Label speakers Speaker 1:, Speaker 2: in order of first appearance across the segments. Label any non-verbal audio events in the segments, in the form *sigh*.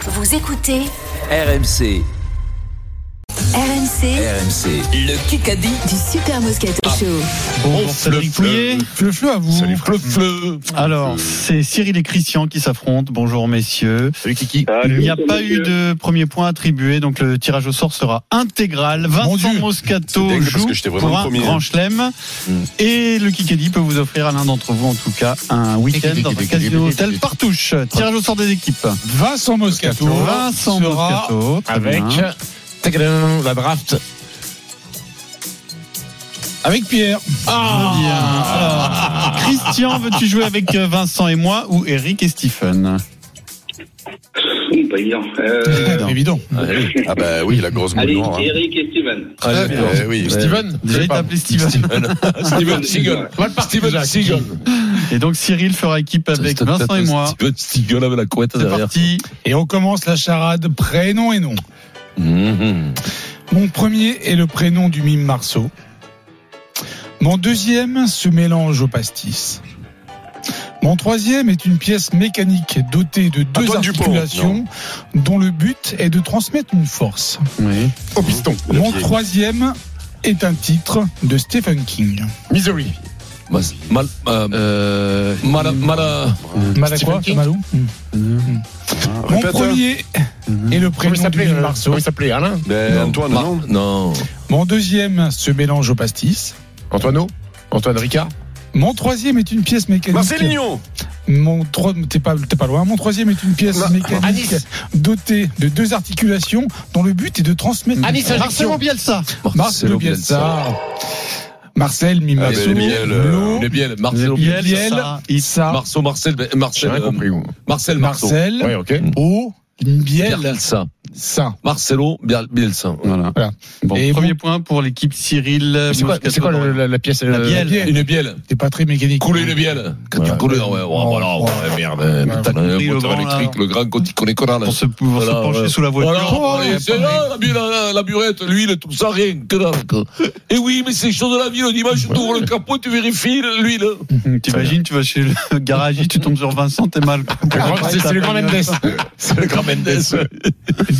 Speaker 1: Vous écoutez
Speaker 2: RMC,
Speaker 1: RMC
Speaker 2: RMC, le Kikadi.
Speaker 1: du Super Moscato Show.
Speaker 3: Bon,
Speaker 4: Fleu,
Speaker 3: salut Pouillet.
Speaker 4: Fleu, fleu à vous.
Speaker 3: Salut,
Speaker 4: fleu, fleu.
Speaker 3: Alors, c'est Cyril et Christian qui s'affrontent. Bonjour messieurs.
Speaker 4: Salut Kiki.
Speaker 3: Il n'y a pas eu de premier point attribué, donc le tirage au sort sera intégral.
Speaker 4: Mon
Speaker 3: Vincent
Speaker 4: Dieu.
Speaker 3: Moscato
Speaker 5: C'est dingue, parce
Speaker 3: joue
Speaker 5: que j'étais vraiment
Speaker 3: pour
Speaker 5: le
Speaker 3: un
Speaker 5: premier.
Speaker 3: grand chelem. Et le Kikedi peut vous offrir à l'un d'entre vous, en tout cas, un week-end dans un casino hôtel par touche. Tirage au sort des équipes.
Speaker 4: Vincent Moscato.
Speaker 3: Vincent
Speaker 4: sera
Speaker 3: Moscato. très
Speaker 4: Avec
Speaker 3: bien.
Speaker 4: tadadam, la draft. Avec Pierre.
Speaker 3: Très bien. Alors, Christian, veux-tu jouer avec euh, Vincent et moi ou Eric et Stephen
Speaker 6: Hum, Pas évident. Euh,
Speaker 3: Non.
Speaker 4: hein. Évident.
Speaker 5: Ah bah oui, la grosse
Speaker 6: allez,
Speaker 5: boule noire. hein.
Speaker 6: Eric et Steven.
Speaker 4: Très bien.
Speaker 5: Euh, oui,
Speaker 4: Steven
Speaker 3: Déjà, il t'a appelé Stephen.
Speaker 4: Steven Seagal. Steven Seagal.
Speaker 3: Et donc, Cyril fera équipe avec Vincent et moi.
Speaker 7: Steven avec la couette
Speaker 3: C'est
Speaker 7: derrière.
Speaker 3: parti.
Speaker 4: Et on commence la charade prénom et nom.
Speaker 7: Mhm.
Speaker 4: Mon premier est le prénom du mime Marceau. Mon deuxième se mélange au pastis. Mon troisième est une pièce mécanique dotée de deux
Speaker 5: Antoine Dupont,
Speaker 4: articulations dont le but est de transmettre une force.
Speaker 3: Oui.
Speaker 5: Au piston.
Speaker 4: Mon troisième est un titre de Stephen King.
Speaker 5: Misery.
Speaker 7: Mal, mal, euh,
Speaker 3: Euh,
Speaker 7: mal, mal, euh,
Speaker 4: Mal à
Speaker 7: Stephen
Speaker 4: quoi,
Speaker 7: King
Speaker 4: Malou Mmh. Mon
Speaker 5: Répète.
Speaker 4: premier est le prénom du mime Marceau.
Speaker 8: s'appelait Alain
Speaker 5: Ben, Antoine,
Speaker 7: Ma-
Speaker 5: non
Speaker 7: Non. Ah
Speaker 4: Mon deuxième se mélange au pastis.
Speaker 8: Antoine Antoine Ricard
Speaker 4: Mon troisième est une pièce mécanique.
Speaker 5: Marcelinho
Speaker 4: Mon trois, t'es pas, t'es pas loin. Mon troisième est une pièce mécanique
Speaker 8: Anis.
Speaker 4: dotée de deux articulations dont le but est de transmettre.
Speaker 8: Anis
Speaker 3: Marcelo Bielsa.
Speaker 4: Marcel Bielsa. Marcel
Speaker 7: ben,
Speaker 4: Mimasso.
Speaker 5: Allez, Biel, euh,
Speaker 4: Lo,
Speaker 7: Ah, Les Biel, Marcel,
Speaker 4: Biel,
Speaker 3: Bielsa.
Speaker 4: Issa.
Speaker 7: Marceau, Marcel, ben, Marcel, euh, Marcel, Marceau.
Speaker 4: Marcel.
Speaker 8: ok.
Speaker 4: O. Biel.
Speaker 7: Bielsa.
Speaker 4: Ça.
Speaker 7: Marcelo Biel- Bielsa.
Speaker 3: Voilà.
Speaker 4: Voilà.
Speaker 3: Bon,
Speaker 4: Et
Speaker 3: premier point pour l'équipe Cyril.
Speaker 8: C'est quoi,
Speaker 3: Moscato.
Speaker 8: c'est quoi le- la, la pièce
Speaker 3: La
Speaker 8: euh,
Speaker 3: bielle.
Speaker 4: Biel.
Speaker 7: Une bielle.
Speaker 4: T'es pas très mécanique.
Speaker 7: Couler une bielle. Quand tu coules, ouais, ouais, Oh, voilà, ouais, merde, euh, putain, le
Speaker 3: compris,
Speaker 7: moteur
Speaker 3: le grand, là.
Speaker 7: électrique, le grand quand il connaît qu'on a, là.
Speaker 3: Pour se, pour
Speaker 7: Bah, Voilà,
Speaker 3: se pencher
Speaker 7: ouais.
Speaker 3: sous la voiture.
Speaker 7: Voilà,
Speaker 4: Oh,
Speaker 7: allez,
Speaker 4: ouais,
Speaker 7: c'est
Speaker 4: pas
Speaker 7: là, la, bu- la- la burette, l'huile, tout ça, rien que dalle,
Speaker 5: *laughs*
Speaker 7: quoi. Et oui, mais c'est les choses de la vie, le dimanche, tu ouvres le capot, tu vérifies l'huile.
Speaker 3: T'imagines, tu vas chez le *laughs* garagiste, tu tombes sur Vincent, t'es mal.
Speaker 4: c'est- c'est le grand Mendes.
Speaker 7: *laughs* C'est le grand Mendes.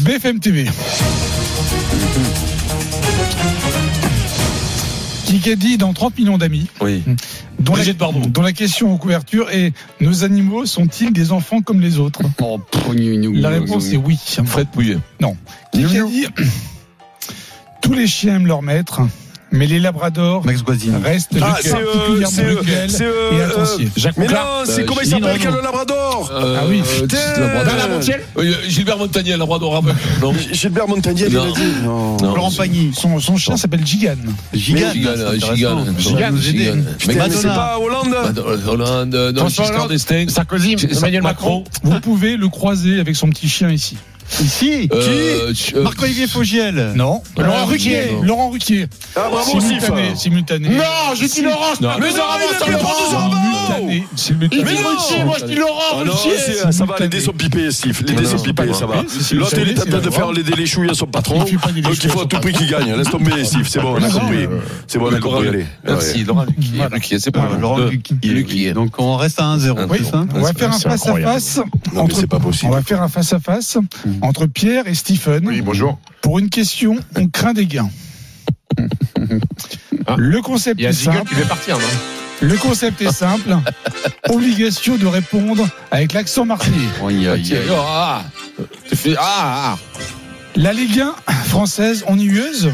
Speaker 4: BFM TV. Qui a dit dans 30 millions d'amis.
Speaker 7: Oui.
Speaker 4: Dont la,
Speaker 7: Brigitte Bardot.
Speaker 4: dont la question en couverture est Nos animaux sont-ils des enfants comme les autres La réponse est oui.
Speaker 7: Fred Pouillet.
Speaker 4: Qui a dit *clears throat* Tous les chiens aiment leur maître, mais les labradors
Speaker 3: Max Guazzini.
Speaker 4: restent
Speaker 5: Ah,
Speaker 4: lequel-
Speaker 5: c'est euh, c'est, euh,
Speaker 4: particulièrement
Speaker 5: c'est,
Speaker 4: rebelles
Speaker 5: euh,
Speaker 4: et
Speaker 5: euh,
Speaker 4: attentifs. Jacques
Speaker 5: Mais
Speaker 4: Monclar.
Speaker 5: non, c'est
Speaker 7: Euh,
Speaker 5: comment il
Speaker 7: Gilles
Speaker 5: s'appelle
Speaker 7: Renaud.
Speaker 5: quel le Labrador
Speaker 4: Ah oui.
Speaker 7: Euh,
Speaker 5: Putain.
Speaker 7: c'est la droite. Oui, Gilbert Montagnier, Labrador, rappelle. Non.
Speaker 5: Gilbert Montagnier, il
Speaker 7: Non.
Speaker 5: l'a dit. Non.
Speaker 7: Non.
Speaker 3: Laurent Pagny.
Speaker 4: Son, son chien s'appelle Gigane.
Speaker 3: Gigane.
Speaker 7: Gigane,
Speaker 3: c'est
Speaker 7: Gigane,
Speaker 3: intéressant. Ça va nous aider.
Speaker 7: Gigane.
Speaker 5: Putain, mais
Speaker 3: Madonna.
Speaker 5: c'est pas Hollande
Speaker 7: Madonna, Hollande, euh, non,
Speaker 8: François
Speaker 7: Giscard
Speaker 8: Hollande,
Speaker 7: d'Estaing.
Speaker 8: Sarkozy,
Speaker 7: Sarko-
Speaker 8: Emmanuel Macron.
Speaker 4: Vous pouvez le croiser avec son petit chien ici.
Speaker 3: Ici.
Speaker 7: Euh, ch- euh,
Speaker 3: Marc-Olivier Fogiel.
Speaker 4: Non. Laurent Ruquier.
Speaker 7: non.
Speaker 4: Laurent Ruquier.
Speaker 5: Ah bravo, Sif
Speaker 4: simultané. simultané.
Speaker 8: Non, je dis Laurent
Speaker 7: Non,
Speaker 5: Mais
Speaker 8: Mais
Speaker 5: non,
Speaker 8: Laurent,
Speaker 5: il
Speaker 8: c'est
Speaker 5: a fait le
Speaker 8: Laurent.
Speaker 5: bras de
Speaker 4: Simultané. Simultané.
Speaker 8: Mais non, Ruquier, moi je dis Laurent
Speaker 5: Ah non,
Speaker 8: Ruquier.
Speaker 5: c'est- ah, ça va, les dés sont pipés, Steve. Les dés sont pipés, ça va.
Speaker 4: c'est- c'est-
Speaker 5: L'autre,
Speaker 4: c'est-
Speaker 5: il est en
Speaker 4: c'est-
Speaker 5: train de
Speaker 4: c'est-
Speaker 5: faire les déléchouilles à son patron.
Speaker 4: Il fait pas des
Speaker 5: Donc, il
Speaker 4: déléchouilles
Speaker 5: faut
Speaker 4: à
Speaker 5: à
Speaker 4: son
Speaker 5: tout prix qu'il gagne. Laisse tomber, Steve. C'est bon, on a compris. C'est bon, on a compris. Allez.
Speaker 7: Merci, Laurent Luquier.
Speaker 4: Voilà.
Speaker 7: Luquier, c'est pas
Speaker 3: Voilà, Laurent
Speaker 7: Euh,
Speaker 3: Ruquier.
Speaker 7: Luquier.
Speaker 3: Donc on reste à 1-0,
Speaker 7: Oui.
Speaker 3: c'est ça
Speaker 4: On va faire un
Speaker 8: c'est
Speaker 4: face à
Speaker 8: incroyable.
Speaker 4: face
Speaker 5: Non, mais
Speaker 4: entre
Speaker 5: c'est pas possible. Hmm.
Speaker 4: on va faire un face à face entre Pierre et Stephen.
Speaker 8: bonjour.
Speaker 4: Pour une question, on craint des
Speaker 5: *laughs*
Speaker 4: gains.
Speaker 8: Ah.
Speaker 4: Le concept
Speaker 8: Il y a
Speaker 4: est
Speaker 8: Ziegler
Speaker 4: simple.
Speaker 8: qui fait partir, non
Speaker 4: Le concept est simple. Obligation de répondre avec l'accent marseillais.
Speaker 7: Thierry, ah, ah. Tu fais- ah, ah.
Speaker 4: La Ligue 1 française ennuyeuse,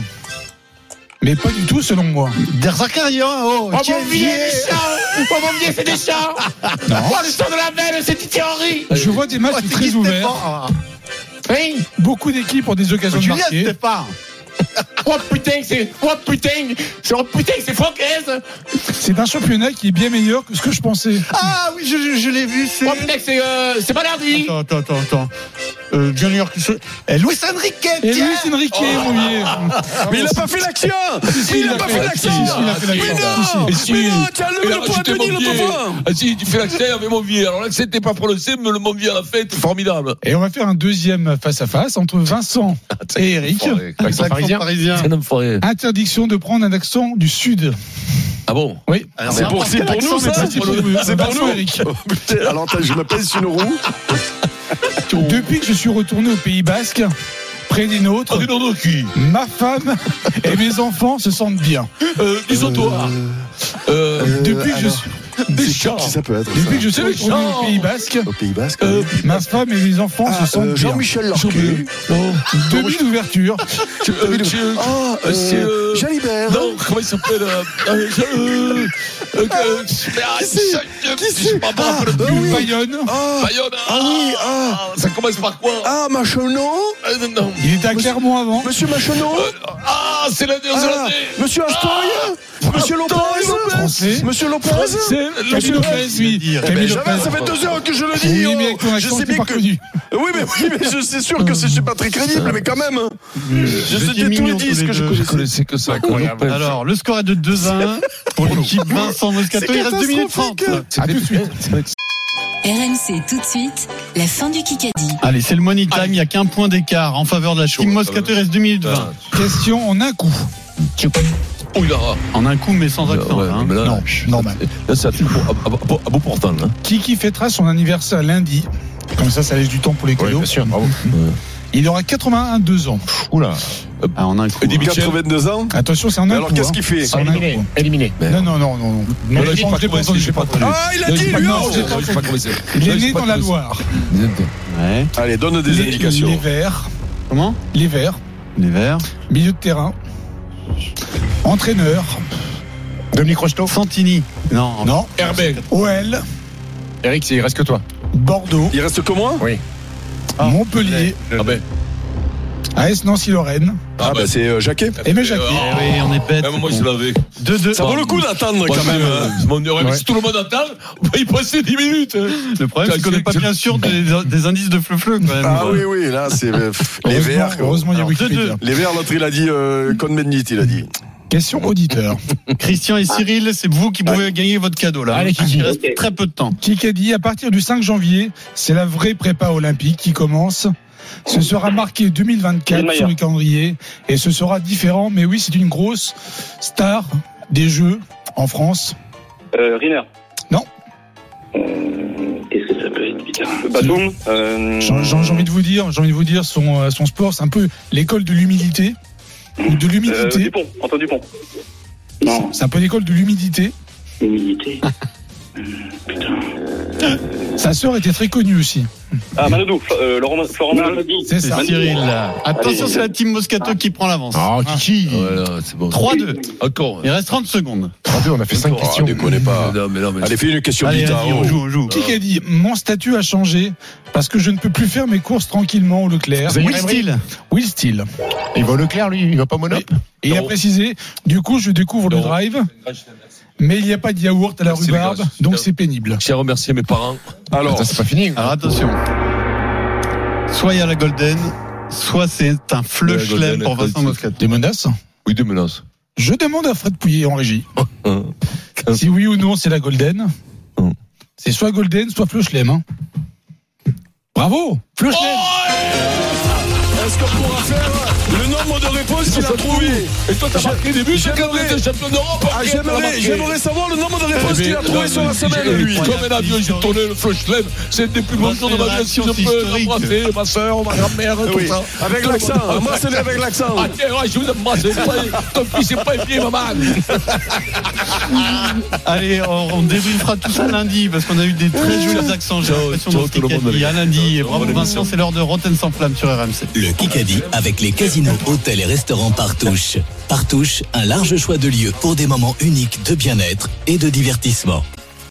Speaker 4: mais pas du tout selon moi.
Speaker 3: Der Zakaria, oh,
Speaker 8: Oh
Speaker 3: quel
Speaker 8: mon vieux,
Speaker 3: vieil.
Speaker 8: les chats Oh mon vieux, c'est des chats Oh le sang de la belle, c'est Titi Henry
Speaker 4: Je vois des matchs
Speaker 3: Oh, c'est
Speaker 4: Ah, très
Speaker 3: qui,
Speaker 4: ouverts.
Speaker 3: Stéphane
Speaker 8: Hein
Speaker 4: Beaucoup d'équipes ont des occasions de
Speaker 3: Julien
Speaker 4: marquer.
Speaker 3: Stéphane.
Speaker 8: Oh putain, c'est. Oh putain c'est- Oh putain, c'est Francaise
Speaker 4: C'est un championnat qui est bien meilleur que ce que je pensais.
Speaker 3: Ah oui, je, je- je l'ai vu, c'est.
Speaker 8: Oh putain, c'est. euh, C'est Balardi
Speaker 3: Attends, attends, attends, attends. Euh, Junior, ce- eh, Luis Enrique,
Speaker 4: Et
Speaker 3: tiens
Speaker 4: Luis Enrique, mon vieux.
Speaker 5: Mais il a pas fait l'action Ah Il a pas fait
Speaker 7: Ah,
Speaker 5: l'action
Speaker 4: Si, si, il a fait
Speaker 5: Mais
Speaker 4: l'action.
Speaker 5: non
Speaker 7: Et Ah, si-
Speaker 5: Mais non, tu as enlevé
Speaker 7: Et là,
Speaker 5: le point
Speaker 7: tu
Speaker 5: de
Speaker 7: t'es
Speaker 5: Denis
Speaker 7: mon
Speaker 5: l'autre
Speaker 7: pied.
Speaker 5: fois
Speaker 7: Ah si, tu fais l'accès avec mon vieux. Alors là, c'était pas prononcé, mais le mon vieux à la fête, formidable.
Speaker 4: Et on va faire un deuxième face-à-face entre Vincent et Eric.
Speaker 3: Ah, L'accent
Speaker 8: parisien.
Speaker 7: C'est un enfoiré.
Speaker 4: Interdiction de prendre un accent du Sud.
Speaker 7: Ah bon
Speaker 4: Oui.
Speaker 5: C'est pour, c'est pour nous, ça
Speaker 4: C'est pour,
Speaker 5: C'est pour
Speaker 4: Vincent
Speaker 5: nous
Speaker 4: Eric.
Speaker 5: Putain, Alors, attends, je me pèse sur une roue.
Speaker 4: Tu
Speaker 5: Tonton.
Speaker 4: Depuis que je suis retourné au Pays Basque, près des nôtres,
Speaker 7: Ah, dis donc, donc, qui
Speaker 4: ma femme *laughs* et mes enfants se sentent bien.
Speaker 7: Euh, Ils sont toi. Euh,
Speaker 4: Depuis que je suis,
Speaker 7: Des
Speaker 5: C'est
Speaker 7: chats.
Speaker 5: qui ça peut être ça
Speaker 4: depuis que je suis
Speaker 7: C'est les
Speaker 4: retourné
Speaker 7: gens.
Speaker 4: au Pays Basque,
Speaker 5: Au Pays Basque
Speaker 7: Euh,
Speaker 5: oui.
Speaker 4: ma femme et mes enfants
Speaker 5: Ah,
Speaker 4: se sentent
Speaker 5: euh,
Speaker 4: bien.
Speaker 5: Jean-Michel Larquet. Oh,
Speaker 4: Demi
Speaker 5: *laughs*
Speaker 4: d'ouverture.
Speaker 7: Tu- euh, tu-
Speaker 5: Ah,
Speaker 7: euh, c'est, euh,
Speaker 5: euh, Jalibert.
Speaker 7: Non, comment il s'appelle euh, euh, euh, euh, euh, mais, ah, ça, euh,
Speaker 5: Qui
Speaker 7: Je
Speaker 5: c'est
Speaker 7: me
Speaker 5: Ah,
Speaker 7: rappelle
Speaker 5: euh,
Speaker 7: plus.
Speaker 5: oui.
Speaker 4: Bayonne,
Speaker 5: Ah,
Speaker 7: Bayonne. hein.
Speaker 5: ah oui, ah,
Speaker 7: Ça commence par quoi
Speaker 5: ah, Machonneau
Speaker 7: Euh, non, non.
Speaker 4: il était à Clermont avant.
Speaker 5: Monsieur Machonneau
Speaker 7: Euh, Ah, c'est la
Speaker 5: ah,
Speaker 7: néo-zélandais.
Speaker 5: Monsieur Astoy
Speaker 4: Ah,
Speaker 5: Monsieur Lopez
Speaker 4: Français.
Speaker 5: Monsieur Lopez
Speaker 7: C'est
Speaker 4: Camille
Speaker 7: le-
Speaker 4: Lopez, oui.
Speaker 3: dire.
Speaker 5: Eh ben,
Speaker 4: Camille
Speaker 5: j'avais- ça
Speaker 4: Lopez.
Speaker 5: fait deux heures que je le
Speaker 4: Oui,
Speaker 5: dis. oh.
Speaker 4: mais avec ton
Speaker 5: je
Speaker 4: accent,
Speaker 5: sais
Speaker 4: t'es
Speaker 5: bien
Speaker 4: pas
Speaker 5: que. Euh,
Speaker 4: connu.
Speaker 5: Oui, mais oui, mais je suis sûr que c'est- je suis pas très crédible, mais quand même. hein.
Speaker 4: Euh,
Speaker 5: Je sais tous les disques que je
Speaker 7: Je connaissais que ça.
Speaker 3: Incroyable.
Speaker 7: Lopez.
Speaker 3: Alors, le score est de 2 à 1 *laughs* pour l'équipe Vincent Moscato.
Speaker 5: C'est
Speaker 3: Il reste 2 minutes 30.
Speaker 5: catastrophique.
Speaker 4: À tout de suite.
Speaker 1: RMC tout de suite, la fin du Kikadi.
Speaker 3: Allez, c'est le money time. Il n'y a qu'un point d'écart en faveur de la
Speaker 7: Chaud,
Speaker 3: team Moscato.
Speaker 7: quand
Speaker 3: Il reste 2 minutes 20.
Speaker 4: Question en un coup.
Speaker 7: Oh, il aura.
Speaker 3: En un coup, mais sans accent.
Speaker 7: Ouais,
Speaker 3: hein.
Speaker 7: mais là,
Speaker 4: Non, normal.
Speaker 7: Là, c'est à tout pour- à- à- à- à bout hein. portant. là.
Speaker 4: Kiki fêtera son anniversaire lundi. Comme ça, ça laisse du temps pour les cadeaux. Euh, Il aura 82 ans.
Speaker 3: Ah, en un coup.
Speaker 7: Eddie
Speaker 3: hein.
Speaker 5: 82 ans.
Speaker 4: Attends,sion c'est en
Speaker 5: Mais
Speaker 4: un
Speaker 5: alors
Speaker 4: coup.
Speaker 5: qu'est-ce
Speaker 4: hein.
Speaker 5: qu'il fait
Speaker 4: C'est en un coup.
Speaker 8: Éliminé.
Speaker 4: Non, non, non, non. non.
Speaker 7: Mais là,
Speaker 4: je
Speaker 7: j'ai
Speaker 4: pense
Speaker 7: pas
Speaker 4: que j'ai pas
Speaker 7: commencé,
Speaker 4: entendu,
Speaker 7: j'ai
Speaker 4: j'ai pas
Speaker 7: pas
Speaker 4: entendu.
Speaker 5: Ah, il a
Speaker 7: Là,
Speaker 5: dit
Speaker 7: j'ai pas
Speaker 5: lui.
Speaker 4: non,
Speaker 5: oh.
Speaker 4: j'ai pas
Speaker 7: commencé, j'ai pas commencé.
Speaker 4: Il
Speaker 7: Là,
Speaker 4: est
Speaker 7: j'ai
Speaker 4: né
Speaker 7: pas
Speaker 4: dans la
Speaker 7: commencé.
Speaker 4: Loire.
Speaker 3: Ouais.
Speaker 5: Allez, donne des
Speaker 4: Les, les
Speaker 5: indications.
Speaker 4: Verts,
Speaker 3: Comment
Speaker 4: les Verts,
Speaker 3: Les verts.
Speaker 4: milieu de terrain, entraîneur,
Speaker 3: Dominique Rocheteau. Santini. Non.
Speaker 4: non,
Speaker 7: Herbert.
Speaker 4: OL,
Speaker 8: Eric, il reste que toi.
Speaker 4: Bordeaux,
Speaker 5: Il reste que moi
Speaker 3: Ah.
Speaker 4: Montpellier,
Speaker 7: Ah ben.
Speaker 4: AS Nancy-Lorraine,
Speaker 5: Ah, bah c'est euh, Jacquet.
Speaker 4: Aimé Jacquet. *laughs*
Speaker 3: Eh oui, on est bête.
Speaker 7: Même Ah, moi, je l'avais.
Speaker 3: 2-2.
Speaker 5: Ça vaut le coup d'attendre
Speaker 7: Moi,
Speaker 5: quand
Speaker 7: je euh,
Speaker 5: même.
Speaker 7: l'avais.
Speaker 5: hein.
Speaker 7: Je m'en dirais, mais
Speaker 4: Ouais.
Speaker 7: si tout le monde attend, on va y passer 10 minutes. hein.
Speaker 3: Le problème, c'est qu'on n'est pas bien sûr des, des indices de fleu-fleu, quand même.
Speaker 5: Ah oui, oui, là, c'est euh, pff, les
Speaker 4: Heureusement-
Speaker 5: verts. quoi.
Speaker 4: Heureusement, il y a
Speaker 3: Alors,
Speaker 4: Wikipédia.
Speaker 5: Les verts, l'autre, il a dit euh, Cohn-Bendit, il a dit.
Speaker 4: Question auditeur.
Speaker 3: Christian et
Speaker 7: Ah.
Speaker 3: Cyril, c'est vous qui pouvez gagner votre cadeau, là.
Speaker 8: Allez, Kiki.
Speaker 3: Il reste
Speaker 6: Ok.
Speaker 3: très peu de temps.
Speaker 4: Kikadi, à partir du 5 janvier, c'est la vraie prépa olympique qui commence. Ce sera marqué 2024 sur le calendrier et ce sera différent. Mais oui, c'est une grosse star des Jeux en France.
Speaker 6: Euh, Riner.
Speaker 4: Non.
Speaker 6: Euh, Qu'est-ce que ça peut être, putain Batoum euh...
Speaker 4: J'ai j'ai- j'ai envie de vous dire, j'ai envie de vous dire son, euh, son sport, c'est un peu l'école de l'humilité ou de
Speaker 6: euh,
Speaker 4: l'humidité.
Speaker 6: Dupont, Antoine Dupont. Non,
Speaker 4: C'est un peu l'école de l'humidité.
Speaker 6: humilité. Hum, putain.
Speaker 4: Sa sœur était très connue aussi.
Speaker 6: Ah, Manodou, Fl- euh, Laurent Ma- Florent Manodou.
Speaker 4: C'est
Speaker 3: C'est
Speaker 4: ça.
Speaker 3: Cyril, là. Attention,
Speaker 6: Allez.
Speaker 3: c'est la team Moscato qui prend l'avance.
Speaker 8: Ah, Kiki.
Speaker 7: Voilà, c'est bon.
Speaker 3: 3-2.
Speaker 7: Encore.
Speaker 3: Il reste 30 secondes.
Speaker 8: Attendez, on a fait 5
Speaker 5: Oh,
Speaker 8: questions.
Speaker 5: déconnez pas.
Speaker 7: Non, mais non, mais.
Speaker 5: Allez, fais une question
Speaker 3: Allez,
Speaker 5: guitare.
Speaker 3: vas-y, on
Speaker 5: oh.
Speaker 3: joue, on joue.
Speaker 4: Kikadi, mon statut a changé parce que je ne peux plus faire mes courses tranquillement au Leclerc.
Speaker 8: Vous avez-
Speaker 3: Will Steele.
Speaker 4: Will Steele.
Speaker 8: Il va au Leclerc, lui. Il va pas au Monop.
Speaker 4: Et il a
Speaker 7: Non.
Speaker 4: précisé, du coup, je découvre le
Speaker 7: Non.
Speaker 4: drive, mais il n'y a pas de yaourt à la
Speaker 7: Merci,
Speaker 4: rhubarbe,
Speaker 7: les gars.
Speaker 4: donc
Speaker 7: Super.
Speaker 4: c'est pénible.
Speaker 7: J'ai remercié mes parents.
Speaker 5: Alors,
Speaker 8: Attends, c'est pas fini.
Speaker 3: Alors, attention. Soit il y a la Golden, soit c'est un fleu
Speaker 7: La Golden,
Speaker 3: chelem pour
Speaker 7: la
Speaker 3: Vincent
Speaker 7: Golden.
Speaker 3: Moscato.
Speaker 4: Des menaces
Speaker 7: Oui, des menaces.
Speaker 4: Je demande à Fred Pouillet en régie
Speaker 7: Hein.
Speaker 4: *laughs* si oui ou non c'est la Golden.
Speaker 7: Hum.
Speaker 4: C'est soit Golden, soit Fleuchelem. Hein. Bravo Fleuchelem
Speaker 5: est-ce qu'on pourra faire le nombre de réponses qu'il a trouvé
Speaker 7: Et toi, t'as marqué des buts, quand vous êtes champion d'Europe.
Speaker 5: Ah,
Speaker 7: après, t'as
Speaker 5: j'aimerais,
Speaker 7: marqué.
Speaker 5: j'aimerais savoir le nombre de réponses qu'il a
Speaker 7: Non,
Speaker 5: trouvé
Speaker 7: mais
Speaker 5: sur la semaine,
Speaker 7: j'ai-
Speaker 5: lui.
Speaker 7: Comme un avion, j'ai tourné le flush lem. C'est un des plus beaux
Speaker 3: Votre
Speaker 7: jours de ma vie. Si je
Speaker 3: relation
Speaker 7: peux
Speaker 3: historique.
Speaker 7: embrasser ma soeur, ma grand-mère, tout
Speaker 5: Oui,
Speaker 7: ça.
Speaker 5: avec l'accent. Moi, c'est avec l'accent.
Speaker 7: Ah, tiens, ouais, je vous embrasse. C'est pas- Ton fils n'est pas épié, maman.
Speaker 3: Allez, on, on débriefera tout ça lundi parce qu'on a eu des très jolis accents. J'ai
Speaker 7: Ciao,
Speaker 3: l'impression
Speaker 7: ciao
Speaker 3: dans ce
Speaker 7: tout le monde,
Speaker 3: Kikadi.
Speaker 7: les gars.
Speaker 3: À lundi. Et bravo
Speaker 7: Bonne
Speaker 3: Vincent, c'est l'heure de Rotten sans flamme sur RMC.
Speaker 2: Le Kikadi avec les casinos, hôtels et restaurants Partouche. Partouche, un large choix de lieux pour des moments uniques de bien-être et de divertissement.